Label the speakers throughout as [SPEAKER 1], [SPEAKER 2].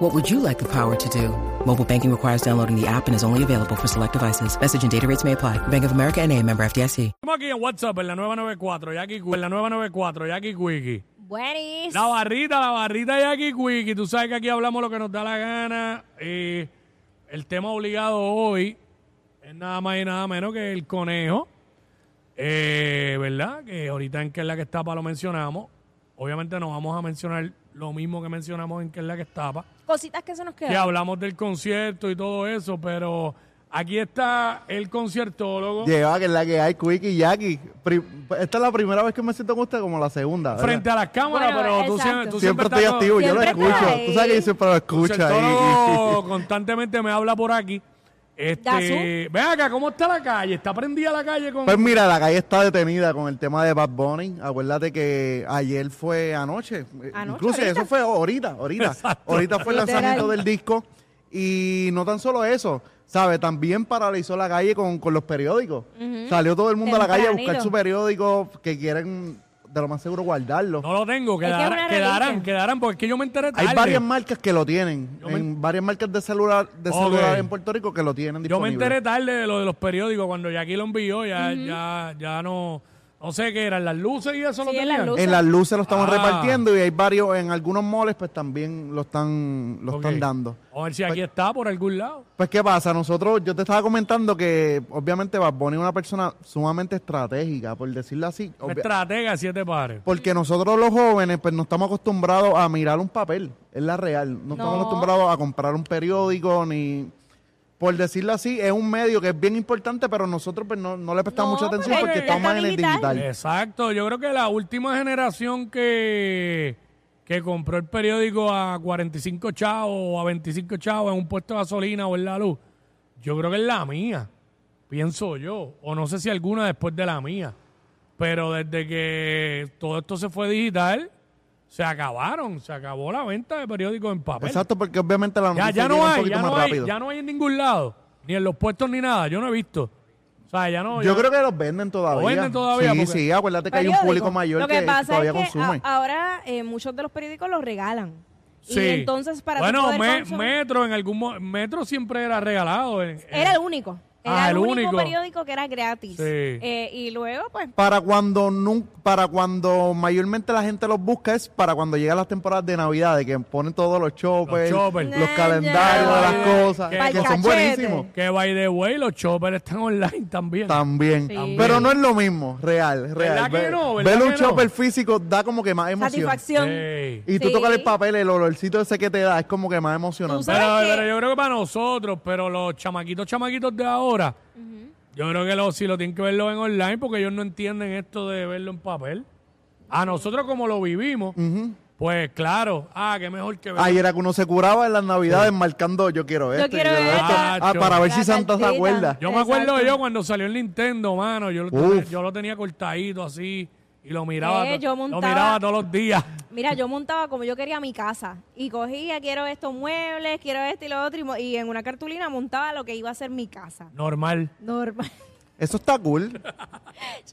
[SPEAKER 1] What would you like the power to do? Mobile banking requires downloading the app and is only available for select devices. Message and data rates may apply. Bank of America and a member FDIC.
[SPEAKER 2] Estamos aquí en WhatsApp, en la 994, Jackie Quickie, en la 994, Jackie Quickie.
[SPEAKER 3] Buenis.
[SPEAKER 2] La barrita, la barrita de Jackie Quickie. Tú sabes que aquí hablamos lo que nos da la gana. Eh, el tema obligado hoy es nada más y nada menos que el conejo. Eh, ¿Verdad? Que ahorita en que es la que estapa lo mencionamos. Obviamente no vamos a mencionar lo mismo que mencionamos en que es la que estapa.
[SPEAKER 3] Cositas que se nos
[SPEAKER 2] Que
[SPEAKER 3] quedan.
[SPEAKER 2] hablamos del concierto y todo eso, pero aquí está el conciertólogo.
[SPEAKER 4] Lleva que es la que hay, Quick y Jackie. Pri- Esta es la primera vez que me siento con usted, como la segunda. ¿verdad?
[SPEAKER 2] Frente a las cámaras,
[SPEAKER 3] Bueno,
[SPEAKER 2] pero tú
[SPEAKER 3] exacto.
[SPEAKER 2] siempre, tú
[SPEAKER 4] Siempre estoy
[SPEAKER 2] estás-
[SPEAKER 4] activo, yo lo
[SPEAKER 3] siempre está
[SPEAKER 4] escucho.
[SPEAKER 3] ahí.
[SPEAKER 4] Tú sabes que yo siempre lo escucho ahí.
[SPEAKER 2] Todo constantemente me habla por aquí. Este,
[SPEAKER 3] Dazú.
[SPEAKER 2] ven acá, ¿cómo está la calle? ¿Está prendida la calle con
[SPEAKER 4] Pues mira, la calle está detenida con el tema de Bad Bunny. Acuérdate que ayer fue anoche. eh,
[SPEAKER 3] Anoche,
[SPEAKER 4] Incluso
[SPEAKER 3] ahorita.
[SPEAKER 4] eso fue ahorita, ahorita. Ahorita fue el
[SPEAKER 3] Literal.
[SPEAKER 4] lanzamiento del disco. Y no tan solo eso, ¿sabes? También paralizó la calle con, con los periódicos. Salió todo el mundo a la calle a buscar
[SPEAKER 3] Tempranito.
[SPEAKER 4] su periódico que quieren, de lo más seguro, guardarlo.
[SPEAKER 2] No lo tengo,
[SPEAKER 3] que es
[SPEAKER 2] quedar-
[SPEAKER 3] una
[SPEAKER 2] quedarán,
[SPEAKER 3] reliquia.
[SPEAKER 2] quedarán, porque es que yo me enteré tarde.
[SPEAKER 4] Hay varias marcas que lo tienen.
[SPEAKER 2] me-
[SPEAKER 4] En varias marcas de celular, de
[SPEAKER 2] Ok.
[SPEAKER 4] celular en Puerto Rico que lo tienen
[SPEAKER 2] yo me
[SPEAKER 4] disponible.
[SPEAKER 2] enteré tarde de lo de los periódicos cuando Jackie lo envió, ya, ya, ya no, no sé qué eran, las luces y eso lo
[SPEAKER 3] Sí, en
[SPEAKER 2] tenían.
[SPEAKER 3] las luces.
[SPEAKER 4] En las luces lo estamos
[SPEAKER 2] Ah.
[SPEAKER 4] repartiendo y hay varios, en algunos moles pues también lo están,
[SPEAKER 2] Ok.
[SPEAKER 4] lo están dando.
[SPEAKER 2] A ver si aquí está por algún lado.
[SPEAKER 4] Pues qué pasa, nosotros, yo te estaba comentando que obviamente Bad Bunny es una persona sumamente estratégica, por decirlo así.
[SPEAKER 2] Una
[SPEAKER 4] Obvia-
[SPEAKER 2] Estratega, siete pares.
[SPEAKER 4] Porque nosotros los jóvenes, pues no estamos acostumbrados a mirar un papel, es la real. No, estamos
[SPEAKER 3] No.
[SPEAKER 4] acostumbrados a comprar un periódico ni... Por decirlo así, es un medio que es bien importante, pero nosotros pues, no, no le prestamos
[SPEAKER 3] No,
[SPEAKER 4] mucha atención
[SPEAKER 3] porque
[SPEAKER 4] porque
[SPEAKER 3] ya está
[SPEAKER 4] estamos en el
[SPEAKER 3] digital.
[SPEAKER 2] Eh,
[SPEAKER 4] digital.
[SPEAKER 2] Exacto, yo creo que la última generación que, que compró el periódico a 45 chavos o a 25 chavos en un puesto de gasolina o en la luz, yo creo que es la mía, pienso yo, o no sé si alguna después de la mía, pero desde que todo esto se fue digital, se acabaron, se acabó la venta de periódicos en papel.
[SPEAKER 4] Exacto, porque obviamente
[SPEAKER 2] Ya,
[SPEAKER 4] la noticia
[SPEAKER 2] ya
[SPEAKER 4] llega
[SPEAKER 2] no
[SPEAKER 4] un
[SPEAKER 2] hay,
[SPEAKER 4] poquito
[SPEAKER 2] ya
[SPEAKER 4] más
[SPEAKER 2] no hay,
[SPEAKER 4] rápido.
[SPEAKER 2] ya no hay en ningún lado, ni en los puestos ni nada, yo no he visto. O sea, ya no...
[SPEAKER 4] Yo
[SPEAKER 2] ya-
[SPEAKER 4] creo que los venden todavía.
[SPEAKER 2] Lo venden todavía,
[SPEAKER 4] Sí,
[SPEAKER 2] porque-
[SPEAKER 4] sí, acuérdate que hay un
[SPEAKER 3] Periódico.
[SPEAKER 4] público mayor
[SPEAKER 3] Lo
[SPEAKER 4] que,
[SPEAKER 3] que,
[SPEAKER 4] que
[SPEAKER 3] pasa
[SPEAKER 4] todavía
[SPEAKER 3] es que a-
[SPEAKER 4] consume.
[SPEAKER 3] ahora eh, muchos de los periódicos los regalan.
[SPEAKER 2] Sí.
[SPEAKER 3] Y entonces para tú
[SPEAKER 2] bueno,
[SPEAKER 3] poder
[SPEAKER 2] me-
[SPEAKER 3] consumir-
[SPEAKER 2] Metro en algún mo- Metro siempre era regalado. eh. en- en-
[SPEAKER 3] era el único. Era
[SPEAKER 2] Ah,
[SPEAKER 3] el,
[SPEAKER 2] el
[SPEAKER 3] único,
[SPEAKER 2] único.
[SPEAKER 3] periódico que era gratis.
[SPEAKER 2] Sí.
[SPEAKER 3] Eh, y luego, pues,
[SPEAKER 4] Para cuando nun- para cuando mayormente la gente los busca es para cuando llegan las temporadas de Navidad, de que ponen todos los choppers, los,
[SPEAKER 2] choppers.
[SPEAKER 3] Nah,
[SPEAKER 4] calendarios,
[SPEAKER 2] nah.
[SPEAKER 4] las cosas,
[SPEAKER 2] Pa'l
[SPEAKER 4] que son
[SPEAKER 3] cachete.
[SPEAKER 4] buenísimos.
[SPEAKER 2] que by the way, los choppers están online también.
[SPEAKER 4] También.
[SPEAKER 3] Sí.
[SPEAKER 4] Pero no es lo mismo, real,
[SPEAKER 2] ¿Verdad
[SPEAKER 4] real.
[SPEAKER 2] que
[SPEAKER 4] Ver-
[SPEAKER 2] no? ¿Verdad
[SPEAKER 4] ver un
[SPEAKER 2] que no?
[SPEAKER 4] chopper físico da como que más emoción.
[SPEAKER 3] satisfacción.
[SPEAKER 2] Sí.
[SPEAKER 4] Y tú
[SPEAKER 3] Sí.
[SPEAKER 4] tocas el papel, el olorcito ese que te da es como que más emocionante.
[SPEAKER 3] Tú sabes-
[SPEAKER 2] Pero,
[SPEAKER 3] qué?
[SPEAKER 2] pero yo creo que para nosotros, pero los chamaquitos, chamaquitos de ahora, yo creo que los, si lo tienen que verlo en online, porque ellos no entienden esto de verlo en papel. A nosotros como lo vivimos, pues claro, ah, qué mejor que verlo
[SPEAKER 4] Ayer era que uno se curaba en las navidades marcando yo quiero esto.
[SPEAKER 3] quiero
[SPEAKER 4] esto.
[SPEAKER 3] esto.
[SPEAKER 4] Ah, para ver si
[SPEAKER 3] La
[SPEAKER 4] Santa se
[SPEAKER 3] cartita.
[SPEAKER 4] acuerda.
[SPEAKER 2] Yo me acuerdo
[SPEAKER 3] Exacto.
[SPEAKER 2] yo cuando salió el Nintendo, mano, yo lo,
[SPEAKER 4] Uf.
[SPEAKER 2] tenía, yo lo tenía cortadito así y lo miraba,
[SPEAKER 3] Eh,
[SPEAKER 2] to-
[SPEAKER 3] yo
[SPEAKER 2] lo
[SPEAKER 3] montaba-
[SPEAKER 2] miraba todos los días.
[SPEAKER 3] mira, yo montaba como yo quería mi casa. Y cogía, quiero estos muebles, quiero esto y lo otro. Y, mo- y en una cartulina montaba lo que iba a ser mi casa.
[SPEAKER 2] Normal.
[SPEAKER 3] Normal.
[SPEAKER 4] Eso está cool.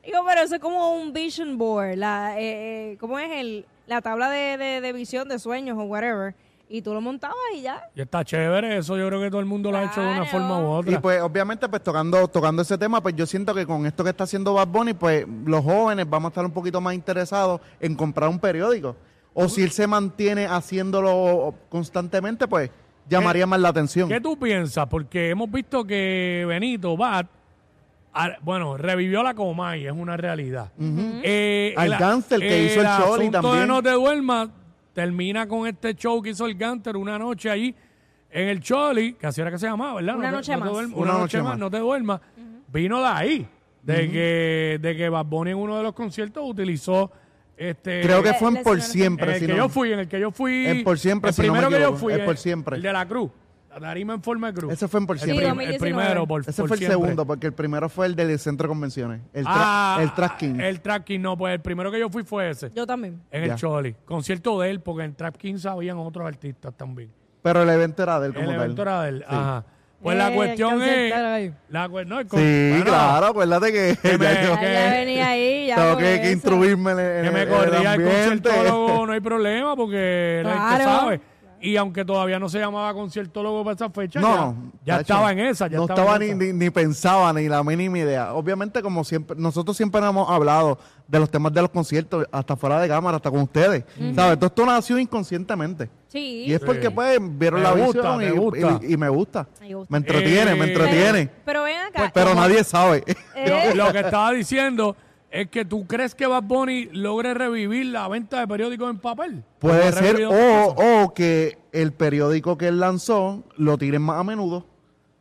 [SPEAKER 3] Digo, pero eso es como un vision board, la, eh, eh, ¿cómo es el, la tabla de, de- de visión, de sueños o whatever? Y tú lo montabas y ya.
[SPEAKER 2] Y está chévere eso, yo creo que todo el mundo lo ha hecho de una
[SPEAKER 3] Claro.
[SPEAKER 2] forma u otra.
[SPEAKER 4] Y pues obviamente pues tocando tocando ese tema, pues yo siento que con esto que está haciendo Bad Bunny, pues los jóvenes vamos a estar un poquito más interesados en comprar un periódico. O si él se mantiene haciéndolo constantemente, pues llamaría más la atención.
[SPEAKER 2] ¿Qué tú piensas? Porque hemos visto que Benito Bat, al- bueno, revivió la coma y es una realidad. Eh,
[SPEAKER 4] Al Gánster que hizo el show y
[SPEAKER 2] asunto
[SPEAKER 4] también.
[SPEAKER 2] de No te duermas termina con este show que hizo el Ganter una noche allí en el Choli, que así era que se llamaba, ¿verdad?
[SPEAKER 3] Una
[SPEAKER 2] te-
[SPEAKER 3] noche
[SPEAKER 2] te
[SPEAKER 3] más.
[SPEAKER 2] duermas, una, noche más, no te duermas. Vino de ahí, de que de que Bad Bunny en uno de los conciertos utilizó este
[SPEAKER 4] Creo que
[SPEAKER 3] Eh,
[SPEAKER 4] fue en
[SPEAKER 3] les-
[SPEAKER 4] por
[SPEAKER 3] les-
[SPEAKER 4] siempre.
[SPEAKER 2] en el
[SPEAKER 4] si
[SPEAKER 2] que
[SPEAKER 4] no-
[SPEAKER 2] yo fui, en el que yo fui.
[SPEAKER 4] En Por Siempre,
[SPEAKER 2] el
[SPEAKER 4] si no me
[SPEAKER 2] primero que yo
[SPEAKER 4] equivoco,
[SPEAKER 2] fui.
[SPEAKER 4] es Por
[SPEAKER 2] el-
[SPEAKER 4] Siempre.
[SPEAKER 2] El de la Cruz. Darima en forma de cruz.
[SPEAKER 4] Ese fue en por
[SPEAKER 2] el,
[SPEAKER 4] siempre.
[SPEAKER 2] prim-
[SPEAKER 3] 2019.
[SPEAKER 2] el primero, por,
[SPEAKER 4] Ese
[SPEAKER 2] por
[SPEAKER 4] fue el
[SPEAKER 2] siempre.
[SPEAKER 4] segundo, porque el primero fue el del centro de convenciones. El, tra-
[SPEAKER 2] Ah,
[SPEAKER 4] el Trash King.
[SPEAKER 2] El Trap King, no, pues el primero que yo fui fue ese.
[SPEAKER 3] Yo también.
[SPEAKER 2] En
[SPEAKER 4] Ya.
[SPEAKER 2] el Choli. Concierto de él, porque en Trap King sabían otros artistas también.
[SPEAKER 4] Pero el evento era del
[SPEAKER 2] El
[SPEAKER 4] como
[SPEAKER 2] evento
[SPEAKER 4] tal.
[SPEAKER 2] era de él.
[SPEAKER 4] Sí.
[SPEAKER 2] Ajá. Pues
[SPEAKER 3] Eh,
[SPEAKER 2] la
[SPEAKER 3] hay
[SPEAKER 2] cuestión
[SPEAKER 3] que
[SPEAKER 2] es.
[SPEAKER 3] aceptar ahí.
[SPEAKER 2] La cue- no, es con-
[SPEAKER 4] Sí,
[SPEAKER 2] bueno,
[SPEAKER 4] claro, acuérdate que,
[SPEAKER 2] Que
[SPEAKER 4] ya
[SPEAKER 2] me-
[SPEAKER 4] yo
[SPEAKER 3] Ya, ya
[SPEAKER 2] Ok.
[SPEAKER 3] venía ahí, ya.
[SPEAKER 4] tengo
[SPEAKER 3] con
[SPEAKER 4] que, que
[SPEAKER 3] eso.
[SPEAKER 4] instruirme en, el-
[SPEAKER 2] Que me
[SPEAKER 4] en el
[SPEAKER 2] corría el
[SPEAKER 4] ambiente.
[SPEAKER 2] conciertólogo, no hay problema, porque la gente
[SPEAKER 3] Claro.
[SPEAKER 2] sabe. Y aunque todavía no se llamaba conciertólogo para esa fecha,
[SPEAKER 4] No,
[SPEAKER 2] ya-
[SPEAKER 4] no,
[SPEAKER 2] ya,
[SPEAKER 4] tacho,
[SPEAKER 2] estaba en esa. Ya
[SPEAKER 4] no
[SPEAKER 2] estaba,
[SPEAKER 4] estaba
[SPEAKER 2] en
[SPEAKER 4] ni,
[SPEAKER 2] esa.
[SPEAKER 4] ni, ni pensaba ni la mínima idea. Obviamente, como siempre, nosotros siempre hemos hablado de los temas de los conciertos, hasta fuera de cámara, hasta con ustedes. ¿Sabes? Todo esto nació inconscientemente.
[SPEAKER 3] Sí.
[SPEAKER 4] Y es porque, pues, vieron
[SPEAKER 2] Me
[SPEAKER 4] la
[SPEAKER 2] gusta,
[SPEAKER 4] visión
[SPEAKER 2] me
[SPEAKER 4] y,
[SPEAKER 2] gusta.
[SPEAKER 4] y- y me gusta.
[SPEAKER 3] Me gusta.
[SPEAKER 4] Me entretiene, me
[SPEAKER 2] Eh,
[SPEAKER 3] pero,
[SPEAKER 4] entretiene.
[SPEAKER 3] pero ven acá.
[SPEAKER 4] Pues, Pero
[SPEAKER 3] ¿cómo-
[SPEAKER 4] nadie sabe.
[SPEAKER 3] eh,
[SPEAKER 2] Lo que estaba diciendo es que tú crees que Bad Bunny logre revivir la venta de periódicos en papel.
[SPEAKER 4] Puede
[SPEAKER 2] Como ha
[SPEAKER 4] ser
[SPEAKER 2] revivido
[SPEAKER 4] o, o que el periódico que él lanzó lo tiren más a menudo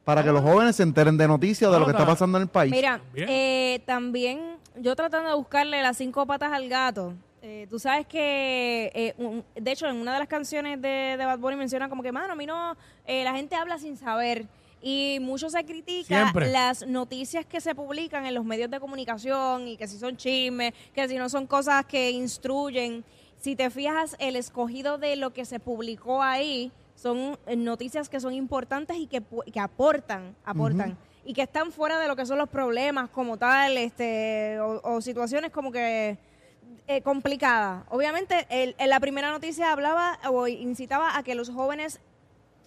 [SPEAKER 4] para que los jóvenes se enteren de noticias de lo que está
[SPEAKER 2] Nota.
[SPEAKER 4] pasando en el país.
[SPEAKER 3] Ah. Mira,
[SPEAKER 2] Bien.
[SPEAKER 3] eh, también yo tratando de buscarle las cinco patas al gato. eh, tú sabes que, eh, un- de hecho, en una de las canciones de, de Bad Bunny menciona como que, mano, a mí no, eh, la gente habla sin saber. Y mucho se critica
[SPEAKER 2] Siempre.
[SPEAKER 3] las noticias que se publican en los medios de comunicación y que si son chismes, que si no son cosas que instruyen. Si te fijas, el escogido de lo que se publicó ahí son eh, noticias que son importantes y que, pu- que aportan, aportan y que están fuera de lo que son los problemas como tal, este, o, o situaciones como que eh, complicadas. Obviamente, el- en la primera noticia hablaba o incitaba a que los jóvenes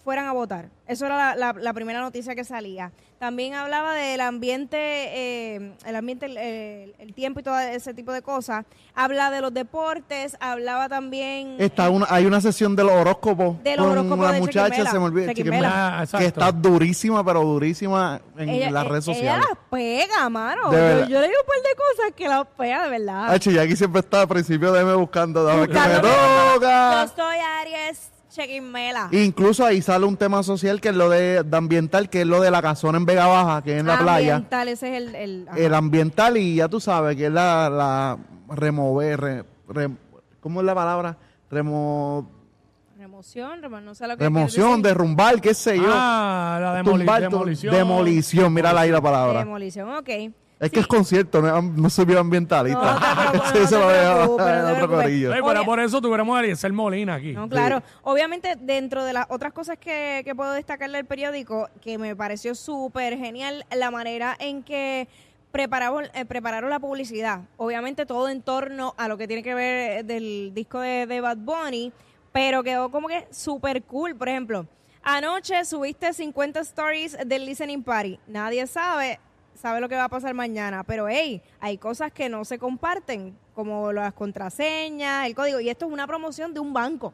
[SPEAKER 3] fueran a votar. Eso era la, la- la primera noticia que salía. También hablaba del ambiente, eh, el ambiente, el, el- el tiempo y todo ese tipo de cosas. Habla de los deportes, hablaba también... eh,
[SPEAKER 4] Está una, hay una sesión de los horóscopos
[SPEAKER 3] De los
[SPEAKER 4] con
[SPEAKER 3] horóscopos
[SPEAKER 4] una
[SPEAKER 3] de
[SPEAKER 4] muchacha,
[SPEAKER 3] Chiquimela.
[SPEAKER 4] se me olvida,
[SPEAKER 3] Chiquimela.
[SPEAKER 4] Chiquimela,
[SPEAKER 2] Ah,
[SPEAKER 4] que
[SPEAKER 2] exacto.
[SPEAKER 4] está durísima, pero durísima en las redes
[SPEAKER 3] eh,
[SPEAKER 4] sociales.
[SPEAKER 3] Ella las pega, mano.
[SPEAKER 4] De
[SPEAKER 3] Yo,
[SPEAKER 4] verdad.
[SPEAKER 3] yo le digo un par de cosas que las pega, de verdad.
[SPEAKER 4] Ah, che, y aquí siempre está al principio de me buscando, dame que me
[SPEAKER 3] Buscando- Yo
[SPEAKER 4] toca.
[SPEAKER 3] soy Aries Chequimela.
[SPEAKER 4] Incluso ahí sale un tema social que es lo de, de ambiental, que es lo de la casona en Vega Baja, que es en la playa.
[SPEAKER 3] Ambiental, ese es el... el- ajá.
[SPEAKER 4] El ambiental y ya tú sabes que es la, la remover, re- re- ¿cómo es la palabra? Remo,
[SPEAKER 3] Remoción, remo- no sé lo que
[SPEAKER 4] remoción,
[SPEAKER 3] quiere decir.
[SPEAKER 4] derrumbar, qué sé yo.
[SPEAKER 2] Ah, la demoli-
[SPEAKER 4] Tumbar, tu-
[SPEAKER 2] demolición.
[SPEAKER 4] demolición, mira ahí la palabra.
[SPEAKER 3] Demolición, ok.
[SPEAKER 4] Es que es concierto, no, es am- no se vio ambientalista.
[SPEAKER 3] No, no te preocupes,
[SPEAKER 4] Sí,
[SPEAKER 3] no
[SPEAKER 4] se
[SPEAKER 3] te
[SPEAKER 4] lo veo
[SPEAKER 3] preocupes, no te
[SPEAKER 4] en otro
[SPEAKER 3] preocupes.
[SPEAKER 4] corillo.
[SPEAKER 2] Ey,
[SPEAKER 3] Oye.
[SPEAKER 2] pero por eso tuviéramos a Ariel Molina aquí.
[SPEAKER 3] No, claro. Obviamente, dentro de las otras cosas que, que puedo destacar del periódico, que me pareció súper genial la manera en que prepararon, eh, prepararon la publicidad. Obviamente, todo en torno a lo que tiene que ver eh, del disco de, de Bad Bunny, pero quedó como que súper cool. Por ejemplo, anoche subiste 50 stories del Listening Party. Nadie sabe sabe lo que va a pasar mañana, pero hey, hay cosas que no se comparten, como las contraseñas, el código, y esto es una promoción de un banco.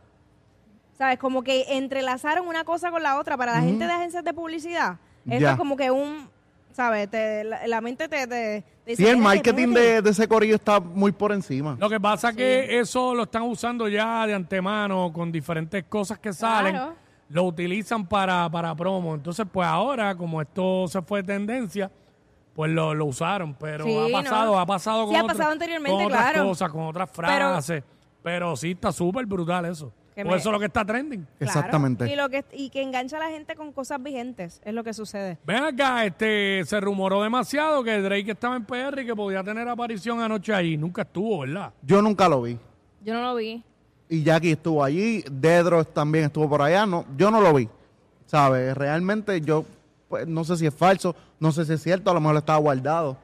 [SPEAKER 3] ¿Sabes? Como que entrelazaron una cosa con la otra. Para la gente de agencias de publicidad, esto
[SPEAKER 4] Ya.
[SPEAKER 3] es como que un, ¿sabes? Te- la, la mente te, te, te dice,
[SPEAKER 4] Sí, el
[SPEAKER 3] "Mira,
[SPEAKER 4] marketing
[SPEAKER 3] espérate".
[SPEAKER 4] de, de ese corillo está muy por encima.
[SPEAKER 2] Lo que pasa es que eso lo están usando ya de antemano con diferentes cosas que salen.
[SPEAKER 3] Claro.
[SPEAKER 2] Lo utilizan para, para promo. Entonces, pues ahora, como esto se fue tendencia, pues lo, lo usaron. Pero
[SPEAKER 3] Sí,
[SPEAKER 2] ha
[SPEAKER 3] ¿no?
[SPEAKER 2] pasado, ha pasado
[SPEAKER 3] Sí,
[SPEAKER 2] con,
[SPEAKER 3] ha
[SPEAKER 2] otras-
[SPEAKER 3] pasado anteriormente,
[SPEAKER 2] con otras
[SPEAKER 3] claro.
[SPEAKER 2] cosas, con otras
[SPEAKER 3] Pero-
[SPEAKER 2] frases. Pero, sí está súper brutal eso.
[SPEAKER 3] Que
[SPEAKER 2] Por
[SPEAKER 3] me-
[SPEAKER 2] eso es lo que está trending.
[SPEAKER 3] Claro.
[SPEAKER 4] Exactamente.
[SPEAKER 3] Y, lo que, y que engancha a la gente con cosas vigentes, es lo que sucede.
[SPEAKER 2] Ven acá, este, se rumoró demasiado que Drake estaba en PR y que podía tener aparición anoche ahí. Nunca estuvo, ¿verdad?
[SPEAKER 4] Yo nunca lo vi.
[SPEAKER 3] Yo no lo vi.
[SPEAKER 4] Y Jackie estuvo allí, Dedro también estuvo por allá. No, yo no lo vi. ¿Sabes? Realmente yo pues, no sé si es falso, no sé si es cierto, a lo mejor estaba guardado.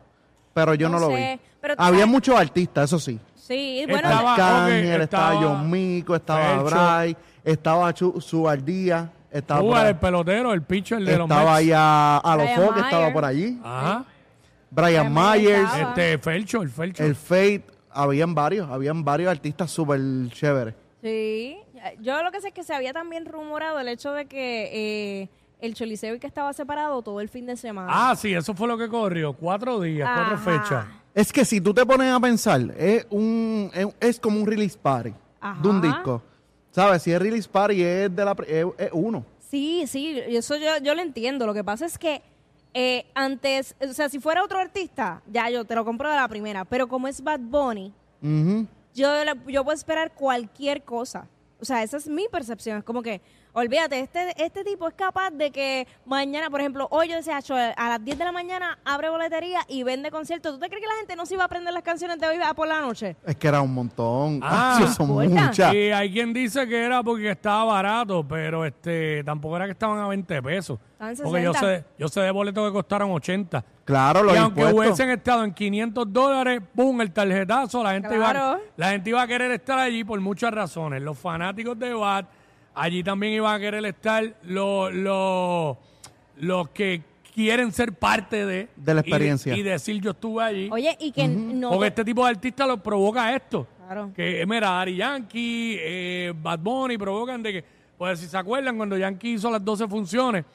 [SPEAKER 4] Pero yo
[SPEAKER 3] No
[SPEAKER 4] no, lo
[SPEAKER 3] sé,
[SPEAKER 4] vi.
[SPEAKER 3] pero tú
[SPEAKER 4] Había
[SPEAKER 3] sabes-
[SPEAKER 4] muchos artistas, eso sí.
[SPEAKER 3] Sí, bueno,
[SPEAKER 2] Estaba-
[SPEAKER 4] Arcángel,
[SPEAKER 2] ok,
[SPEAKER 4] estaba,
[SPEAKER 2] estaba
[SPEAKER 4] John Mico, estaba
[SPEAKER 2] Fercho.
[SPEAKER 4] Bray, estaba Chu- Subardía, estaba, por
[SPEAKER 2] Jugar
[SPEAKER 4] ahí-
[SPEAKER 2] el pelotero, el pitcher de los
[SPEAKER 4] estaba
[SPEAKER 2] Mets.
[SPEAKER 4] ahí a, a los
[SPEAKER 3] Brian
[SPEAKER 4] Fox, que estaba
[SPEAKER 3] Mayer.
[SPEAKER 4] por allí.
[SPEAKER 2] Ajá.
[SPEAKER 4] Brian
[SPEAKER 3] También
[SPEAKER 4] Myers,
[SPEAKER 3] estaba.
[SPEAKER 2] Este, Felcho, el Felcho.
[SPEAKER 4] el Fate, habían varios, habían varios artistas súper chéveres.
[SPEAKER 3] Sí, yo lo que sé es que se había también rumorado el hecho de que eh, el Choliseo y que estaba separado todo el fin de semana.
[SPEAKER 2] Ah, sí, eso fue lo que corrió. Cuatro días, cuatro
[SPEAKER 3] Ajá.
[SPEAKER 2] fechas.
[SPEAKER 4] Es que si tú te pones a pensar, es un es, es como un release party
[SPEAKER 3] Ajá.
[SPEAKER 4] de un disco. ¿Sabes? Si es release party es de la pri- es, es uno.
[SPEAKER 3] Sí, sí, eso yo, yo lo entiendo. Lo que pasa es que eh, antes, o sea, si fuera otro artista, ya yo te lo compro de la primera, pero como es Bad Bunny,
[SPEAKER 4] Ujú.
[SPEAKER 3] yo, le- yo puedo esperar cualquier cosa. O sea, esa es mi percepción. Es como que, Olvídate, este, este tipo es capaz de que mañana, por ejemplo, hoy yo decía, "Acho, a las 10 de la mañana abre boletería y vende conciertos. ¿Tú te crees que la gente no se iba a aprender las canciones de hoy a por la noche?
[SPEAKER 4] Es que era un montón.
[SPEAKER 2] Ah,
[SPEAKER 4] Ah, son
[SPEAKER 3] importa.
[SPEAKER 4] muchas.
[SPEAKER 2] Y hay quien dice que era porque estaba barato, pero este tampoco era que estaban a 20 pesos.
[SPEAKER 3] Estaban en
[SPEAKER 2] Porque yo
[SPEAKER 3] 60.
[SPEAKER 2] sé, yo sé de boletos que costaron 80.
[SPEAKER 4] Claro, los
[SPEAKER 2] Y aunque
[SPEAKER 4] impuestos.
[SPEAKER 2] hubiesen estado en 500 dólares, boom, el tarjetazo, la gente, iba,
[SPEAKER 3] Claro.
[SPEAKER 2] la gente iba a querer estar allí por muchas razones. Los fanáticos de Bat, allí también iban a querer estar los, los, los que quieren ser parte de,
[SPEAKER 4] De la
[SPEAKER 2] y-
[SPEAKER 4] experiencia.
[SPEAKER 2] Y, decir yo estuve allí.
[SPEAKER 3] Oye, y que no...
[SPEAKER 2] porque este tipo de artistas los provoca esto.
[SPEAKER 3] Claro.
[SPEAKER 2] Que, eh, mira, Ari Yankee, eh, Bad Bunny provocan de que, pues si se acuerdan, cuando Yankee hizo las 12 funciones,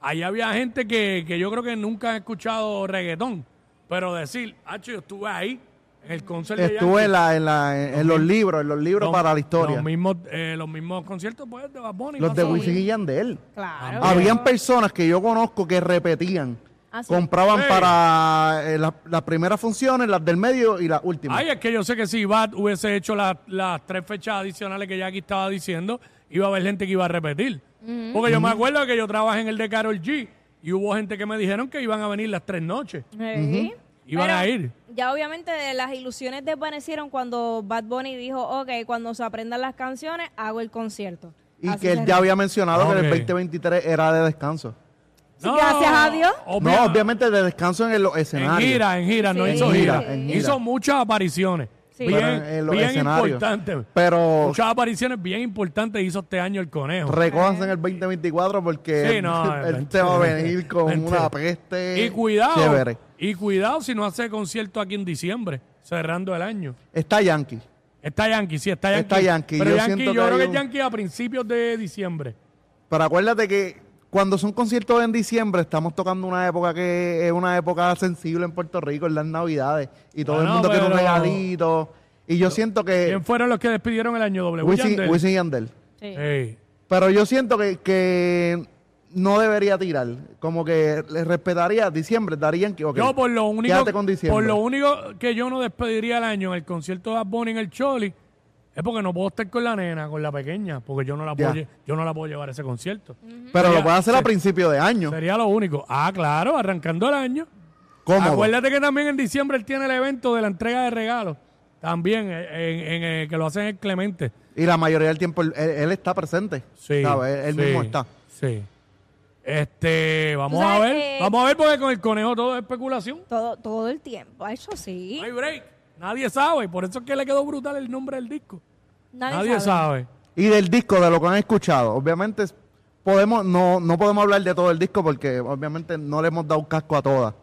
[SPEAKER 2] ahí había gente que, que yo creo que nunca han escuchado reggaetón. Pero decir, hacho, yo estuve ahí, en el concierto de
[SPEAKER 4] Estuve
[SPEAKER 2] Yankee.
[SPEAKER 4] en, la- en la- en los libros, en los libros
[SPEAKER 2] Los-
[SPEAKER 4] para la historia.
[SPEAKER 2] Los mismos, eh, los mismos conciertos pues, de Bad Bunny.
[SPEAKER 4] Los
[SPEAKER 2] más
[SPEAKER 4] de
[SPEAKER 2] o menos.
[SPEAKER 4] Wisin y Yandel.
[SPEAKER 3] Claro.
[SPEAKER 4] Habían personas que yo conozco que repetían.
[SPEAKER 3] Ah, sí.
[SPEAKER 4] Compraban
[SPEAKER 2] Sí.
[SPEAKER 4] para eh, la- las primeras funciones, las del medio y las últimas.
[SPEAKER 2] Ay, es que yo sé que si Bad hubiese hecho la- las tres fechas adicionales que Jackie estaba diciendo, iba a haber gente que iba a repetir. Porque yo me acuerdo que yo trabajé en el de Carol G y hubo gente que me dijeron que iban a venir las tres noches.
[SPEAKER 3] Sí.
[SPEAKER 2] Iban
[SPEAKER 3] Pero
[SPEAKER 2] a ir.
[SPEAKER 3] Ya obviamente las ilusiones desvanecieron cuando Bad Bunny dijo, ok, cuando se aprendan las canciones, hago el concierto.
[SPEAKER 4] y
[SPEAKER 3] Así
[SPEAKER 4] que él
[SPEAKER 3] se-
[SPEAKER 4] ya había mencionado que
[SPEAKER 2] Ok.
[SPEAKER 4] el 2023 era de descanso.
[SPEAKER 3] Sí, gracias a Dios.
[SPEAKER 2] obvia-
[SPEAKER 4] No, obviamente de descanso en los
[SPEAKER 2] En
[SPEAKER 4] escenarios.
[SPEAKER 2] gira, en gira, no
[SPEAKER 3] Sí.
[SPEAKER 2] hizo
[SPEAKER 4] En
[SPEAKER 2] gira.
[SPEAKER 4] gira, en gira.
[SPEAKER 2] Hizo muchas apariciones.
[SPEAKER 3] Sí.
[SPEAKER 2] Bien,
[SPEAKER 4] Pero en los
[SPEAKER 2] bien
[SPEAKER 4] escenarios.
[SPEAKER 2] importante.
[SPEAKER 4] Pero
[SPEAKER 2] Muchas apariciones bien importantes hizo este año el conejo.
[SPEAKER 4] recójanse en el 2024 porque
[SPEAKER 2] Sí, no,
[SPEAKER 4] él te va a
[SPEAKER 2] vente.
[SPEAKER 4] venir con
[SPEAKER 2] Vente.
[SPEAKER 4] una peste.
[SPEAKER 2] y cuidado,
[SPEAKER 4] chévere.
[SPEAKER 2] y cuidado si no hace concierto aquí en diciembre, cerrando el año.
[SPEAKER 4] Está Yankee.
[SPEAKER 2] Está Yankee, sí, está Yankee.
[SPEAKER 4] Está Yankee,
[SPEAKER 2] Pero
[SPEAKER 4] yo
[SPEAKER 2] Yankee, yo
[SPEAKER 4] siento que
[SPEAKER 2] creo
[SPEAKER 4] hay
[SPEAKER 2] que es
[SPEAKER 4] un-
[SPEAKER 2] Yankee a principios de diciembre.
[SPEAKER 4] Pero acuérdate que cuando son conciertos en diciembre, estamos tocando una época que es una época sensible en Puerto Rico, en las Navidades. Y todo
[SPEAKER 2] Bueno,
[SPEAKER 4] el mundo quiere un
[SPEAKER 2] pero-
[SPEAKER 4] regalito. Y yo siento que
[SPEAKER 2] ¿Quién fueron los que despidieron el año doble?
[SPEAKER 4] Eh. Wisin
[SPEAKER 2] Yandel.
[SPEAKER 4] Wisin y Yandel.
[SPEAKER 3] Sí.
[SPEAKER 2] Ey.
[SPEAKER 4] Pero yo siento que, que no debería tirar. Como que le respetaría diciembre, darían que. ok,
[SPEAKER 2] Yo por lo único
[SPEAKER 4] Quédate con diciembre.
[SPEAKER 2] por lo único que yo no despediría el año en el concierto de Bad Bunny en el Choli es porque no puedo estar con la nena, con la pequeña, porque yo no la puedo,
[SPEAKER 4] Ya. Mm.
[SPEAKER 2] lle- yo no la puedo llevar a ese concierto.
[SPEAKER 4] Pero
[SPEAKER 2] Sería-
[SPEAKER 4] lo puede hacer a
[SPEAKER 2] se-
[SPEAKER 4] principio de año.
[SPEAKER 2] Sería lo único. Ah, claro, arrancando el año.
[SPEAKER 4] Cómodo.
[SPEAKER 2] Acuérdate que también en diciembre él tiene el evento de la entrega de regalos. También, eh, en, en, eh, que lo hacen en Clemente.
[SPEAKER 4] Y la mayoría del tiempo él, él está presente.
[SPEAKER 2] Sí.
[SPEAKER 4] ¿sabes? Él
[SPEAKER 2] sí,
[SPEAKER 4] mismo está.
[SPEAKER 2] Sí. Este, vamos
[SPEAKER 3] Tú
[SPEAKER 2] a
[SPEAKER 3] sabes
[SPEAKER 2] ver.
[SPEAKER 3] que-
[SPEAKER 2] Vamos a ver porque con el conejo todo es especulación.
[SPEAKER 3] Todo, todo el tiempo, eso sí.
[SPEAKER 2] No hay break. Nadie sabe. Por eso es que le quedó brutal el nombre del disco.
[SPEAKER 3] Nadie,
[SPEAKER 2] Nadie sabe.
[SPEAKER 4] Y del disco, de lo que han escuchado. Obviamente, es- podemos no, no podemos hablar de todo el disco porque obviamente no le hemos dado casco a todas.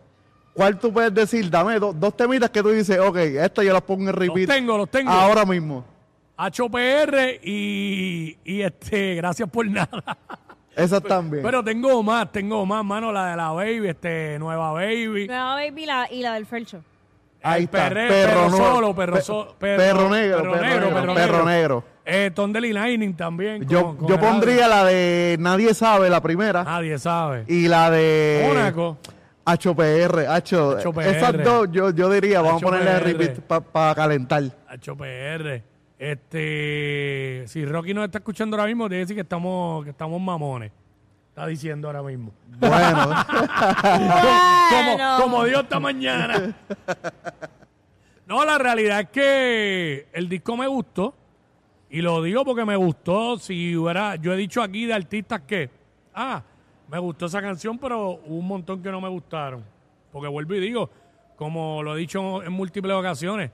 [SPEAKER 4] ¿Cuál tú puedes decir? Dame do- dos temitas que tú dices, ok, esta yo las pongo en repeat.
[SPEAKER 2] tengo, los tengo.
[SPEAKER 4] Ahora mismo.
[SPEAKER 2] HOPR y, y este, gracias por nada.
[SPEAKER 4] Esas también.
[SPEAKER 2] Pero tengo más, tengo más, mano, la de la baby, este, nueva baby.
[SPEAKER 3] Nueva Baby y la, y la del Felcho.
[SPEAKER 4] Ahí está.
[SPEAKER 2] Perre-
[SPEAKER 4] perro, no-
[SPEAKER 2] solo, perro,
[SPEAKER 4] pe-
[SPEAKER 2] so-
[SPEAKER 4] perro negro, perro negro, perro negro.
[SPEAKER 2] Eh, Tondel y Lightning también.
[SPEAKER 4] Yo,
[SPEAKER 2] con- con
[SPEAKER 4] yo
[SPEAKER 2] el Ah.
[SPEAKER 4] pondría
[SPEAKER 2] Adam.
[SPEAKER 4] la de Nadie sabe, la primera,
[SPEAKER 2] Nadie sabe.
[SPEAKER 4] y eh, la de
[SPEAKER 2] Mónaco.
[SPEAKER 4] HPR, H,
[SPEAKER 2] HPR.
[SPEAKER 4] Esas dos yo, yo diría, vamos a ponerle
[SPEAKER 2] HPR.
[SPEAKER 4] repeat para calentar.
[SPEAKER 2] HPR. Este, si Rocky nos está escuchando ahora mismo, te decir que estamos, que estamos mamones. Está diciendo ahora mismo.
[SPEAKER 4] Bueno,
[SPEAKER 2] Como,
[SPEAKER 3] Bueno.
[SPEAKER 2] como Dios esta mañana. No, la realidad es que el disco me gustó. Y lo digo porque me gustó. Si hubiera, yo he dicho aquí de artistas que, ah, me gustó esa canción, pero hubo un montón que no me gustaron. Porque vuelvo y digo, como lo he dicho en múltiples ocasiones,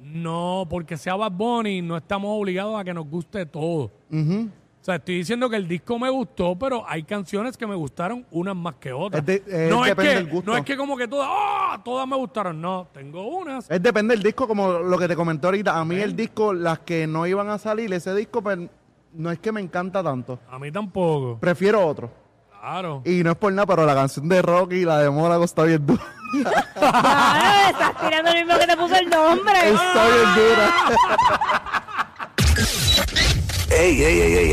[SPEAKER 2] no, porque sea Bad Bunny, no estamos obligados a que nos guste todo. O sea, estoy diciendo que el disco me gustó, pero hay canciones que me gustaron unas más que otras.
[SPEAKER 4] Es de- eh,
[SPEAKER 2] no, es
[SPEAKER 4] depende
[SPEAKER 2] que,
[SPEAKER 4] del gusto.
[SPEAKER 2] no es que como que todas, ¡ah! todas me gustaron. No, tengo unas.
[SPEAKER 4] es depende del disco, como lo que te comenté ahorita. A mí el disco, las que no iban a salir, ese disco, pues, no es que me encanta tanto.
[SPEAKER 2] A mí tampoco.
[SPEAKER 4] Prefiero otro.
[SPEAKER 2] Claro.
[SPEAKER 4] Y no es por nada, pero la canción de Rocky y la de Mónaco está bien dura.
[SPEAKER 3] Claro, estás tirando el mismo que te puso el nombre.
[SPEAKER 4] está bien dura.
[SPEAKER 5] Ey, ey, ey, ey,